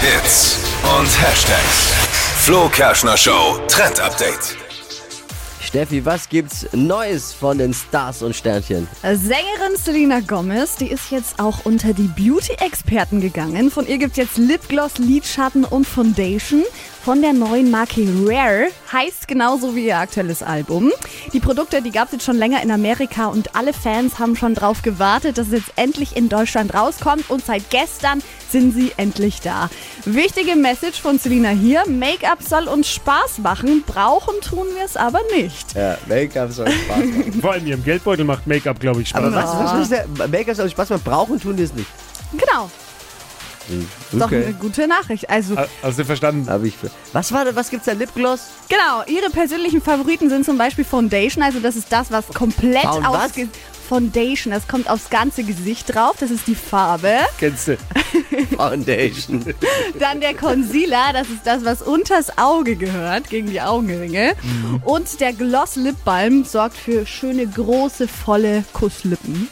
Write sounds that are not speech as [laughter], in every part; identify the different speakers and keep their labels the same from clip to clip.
Speaker 1: Hits und Hashtags. Flo Kerschner Show Trend Update.
Speaker 2: Steffi, was gibt's Neues von den Stars und Sternchen?
Speaker 3: Sängerin Selena Gomez, die ist jetzt auch unter die Beauty-Experten gegangen. Von ihr gibt's jetzt Lipgloss, Lidschatten und Foundation von der neuen Marke Rare. Heißt genauso wie ihr aktuelles Album. Die Produkte, die gab's jetzt schon länger in Amerika und alle Fans haben schon drauf gewartet, dass es jetzt endlich in Deutschland rauskommt und seit gestern sind sie endlich da. Wichtige Message von Selena hier, Make-up soll uns Spaß machen, brauchen tun wir es aber nicht.
Speaker 2: Ja, Make-up soll Spaß machen.
Speaker 4: Vor allem ihrem Geldbeutel macht Make-up, glaube ich, Spaß.
Speaker 2: [laughs] Aber was,
Speaker 3: Oh.
Speaker 2: was, was der Make-up soll Spaß machen, brauchen tun die es nicht.
Speaker 3: Genau. Ist Doch eine gute Nachricht. Also,
Speaker 4: Ah, Hast du verstanden?
Speaker 2: Hab ich. Was war da, was gibt's da Lipgloss?
Speaker 3: genau, ihre persönlichen Favoriten sind zum Beispiel Foundation. Also, das ist das, was komplett
Speaker 2: Found
Speaker 3: aufs
Speaker 2: was?
Speaker 3: Ge- Foundation, das kommt aufs ganze Gesicht drauf. Das ist die Farbe.
Speaker 4: Kennst du?
Speaker 2: [laughs] Foundation.
Speaker 3: Dann der Concealer, das ist das, was unters Auge gehört, gegen die Augenringe. Und der Gloss Lip Balm sorgt für schöne, große, volle Kusslippen.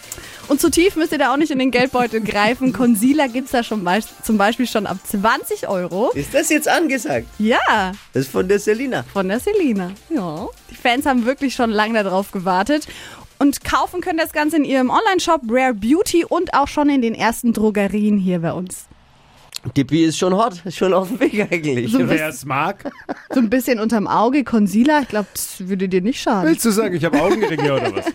Speaker 3: Und zu tief müsst ihr da auch nicht in den Geldbeutel greifen. Concealer gibt's da schon beis- zum Beispiel schon ab 20 Euro.
Speaker 2: Ist das jetzt angesagt?
Speaker 3: Ja.
Speaker 2: Das ist von der Selina.
Speaker 3: von der Selina. Ja. Die Fans haben wirklich schon lange darauf gewartet. Und kaufen können das Ganze in ihrem Online-Shop Rare Beauty und auch schon in den ersten Drogerien hier bei uns.
Speaker 2: Dippy ist schon hot, ist schon auf dem Weg eigentlich.
Speaker 3: So ein
Speaker 4: Wer
Speaker 3: bisschen,
Speaker 4: es mag.
Speaker 3: so ein bisschen unterm Auge, Concealer, ich glaube, das würde dir nicht schaden.
Speaker 4: Willst du sagen, ich habe Augenringe oder was?